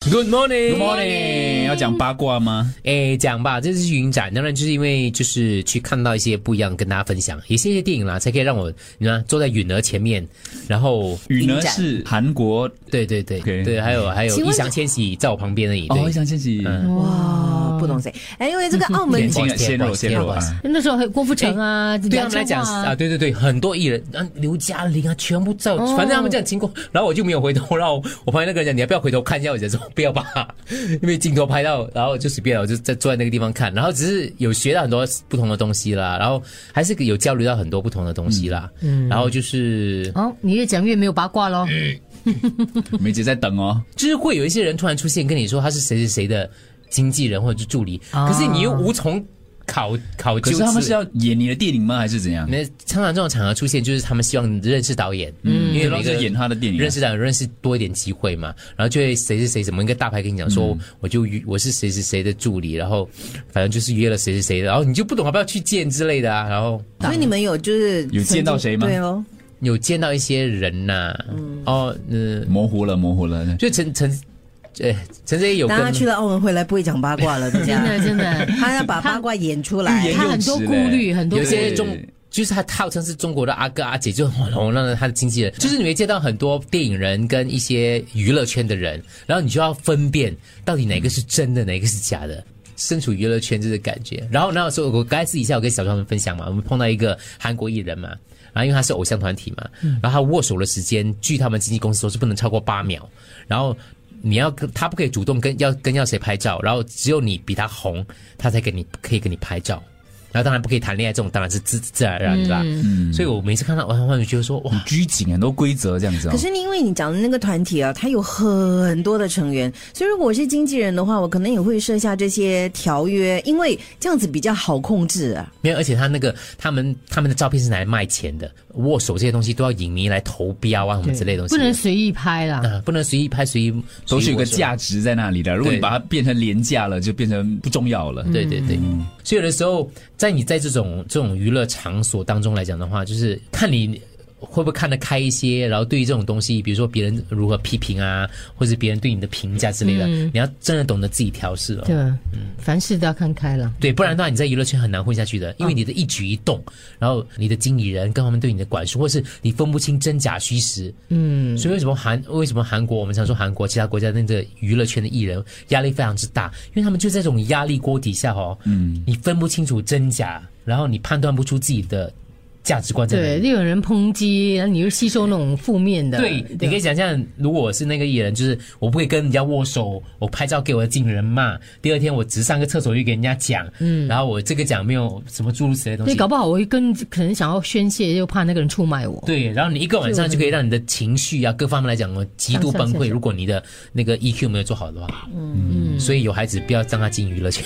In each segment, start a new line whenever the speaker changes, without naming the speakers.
Good morning，
Good morning，要讲八卦吗？
哎，讲吧，这次去影展，当然就是因为就是去看到一些不一样，跟大家分享，也谢谢电影啦，才可以让我你看坐在允儿前面，然后
雨呢
影展
是韩国
对对对
OK
对，还有还有
请问
易烊千玺在我旁边而已，对，
哦，一想千玺，
哇，不懂谁？哎，因为这个澳门
年
进
轻
来鲜肉鲜肉啊，
那时候还有郭富城啊，
对他
杨
们来
千
讲
嬅
啊，
啊，
对对对，很多艺人，啊，刘嘉玲啊，全部照，
哦
反正他们这样经过，然后我就没有回头， 然后我旁边那个人讲，你要不要回头看一下？我就说不要吧， 因为镜头拍到，然后就随便了，我就在坐在那个地方看，然后只是有学到很多不同的东西啦，然后还是有交流到很多不同的东西啦，然后就是
哦，你越讲越没有八卦喽。
嗯
梅姐在等哦。
就是会有一些人突然出现跟你说他是谁谁谁的经纪人或者是助理，
啊
可是你又无从考考
可
究
是他们
之
是要嗯演你的电影吗？还是怎样？
那常常这种场合出现，就是他们希望认识导演，嗯，因为
老
每个
是
人
演他的电影啊，
认识导演认识多一点机会嘛，然后就会谁谁谁怎么一个大牌跟你讲说，我就约我是谁谁谁的助理，然后反正就是约了谁谁谁，然后你就不懂要不要去见之类的啊，然后
所以你们有就是
有见到
曾经
谁吗
对哦，
有见到一些人呐、哦，嗯、
模糊了，模糊了。
就陈陈，呃，陈思有
当他
跟
去了澳门回来不会讲八卦了，大
真的
家，
真的，
他要把八卦演出来
欲。言
他
又
很多
止
顾
嘞
虑，很多
有一些
对
中。就是他号称是中国的阿哥阿姐，就很红，让他的经纪人，就是你会见到很多电影人跟一些娱乐圈的人，然后你就要分辨到底哪个是真的，哪个是假的。身处娱乐圈这个感觉，然后那时候我刚才私底下我跟小川们分享嘛，我们碰到一个韩国艺人嘛，然后因为他是偶像团体嘛，然后他握手的时间，据他们经纪公司说是不能超过八秒，然后你要跟他不可以主动跟要跟要谁拍照，然后只有你比他红，他才给你可以跟你拍照。然后当然不可以谈恋爱，这种当然是自自然而然的啦。所以我每次看到王焕，我觉得说哇，
拘谨很多规则这样子哦
可。是因为你讲的那个团体啊，它有很多的成员，所以如果我是经纪人的话，我可能也会设下这些条约，因为这样子比较好控制啊。
没有，而且他那个他们他们的照片是拿来卖钱的，握手这些东西都要影迷来投标啊什么之类的东西，
嗯不能随意拍啦。
啊，不能随意拍随意，
都是有个
随意握手。
价值在那里的，如果你把它变成廉价了，就变成不重要了。
嗯
对对对，所以有的时候在你在这种这种娱乐场所当中来讲的话，就是看你。会不会看得开一些？然后对于这种东西，比如说别人如何批评啊，或者别人对你的评价之类的，你要真的懂得自己调试哦。
对，凡事都要看开了。
对，不然的话你在娱乐圈很难混下去的，因为你的一举一动，然后你的经理人跟他们对你的管束，或是你分不清真假虚实。嗯，所以为什么韩为什么韩国我们常说韩国其他国家那个娱乐圈的艺人压力非常之大，因为他们就在这种压力锅底下哦，嗯，你分不清楚真假，然后你判断不出自己的价值观在哪里
对，。又有人抨击，然后你又吸收那种负面的。
对，你可以想象，如果我是那个艺人，就是我不会跟人家握手，我拍照给我的经纪人骂，第二天我只上个厕所就给人家讲，嗯，然后我这个奖没有什么诸如此类的东
对，
西。
搞不好我会跟可能想要宣泄，又怕那个人出卖我。
对，然后你一个晚上就可以让你的情绪啊各方面来讲，哦极度崩
上上
溃。
下下
如果你的那个 EQ 没有做好的话，嗯，所以有孩子不要让他进娱乐圈，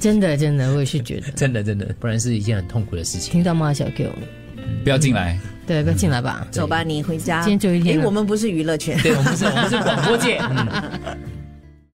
真的，真的，我也是觉得，
真的真的，不然是一件很痛苦的事情。
听到吗，小 Q？
不要进来，
对，不要进来吧。
走吧，你回家。
今天最后一天
哎，
了
我们不是娱乐圈。
对我们是，我们是广播界，嗯，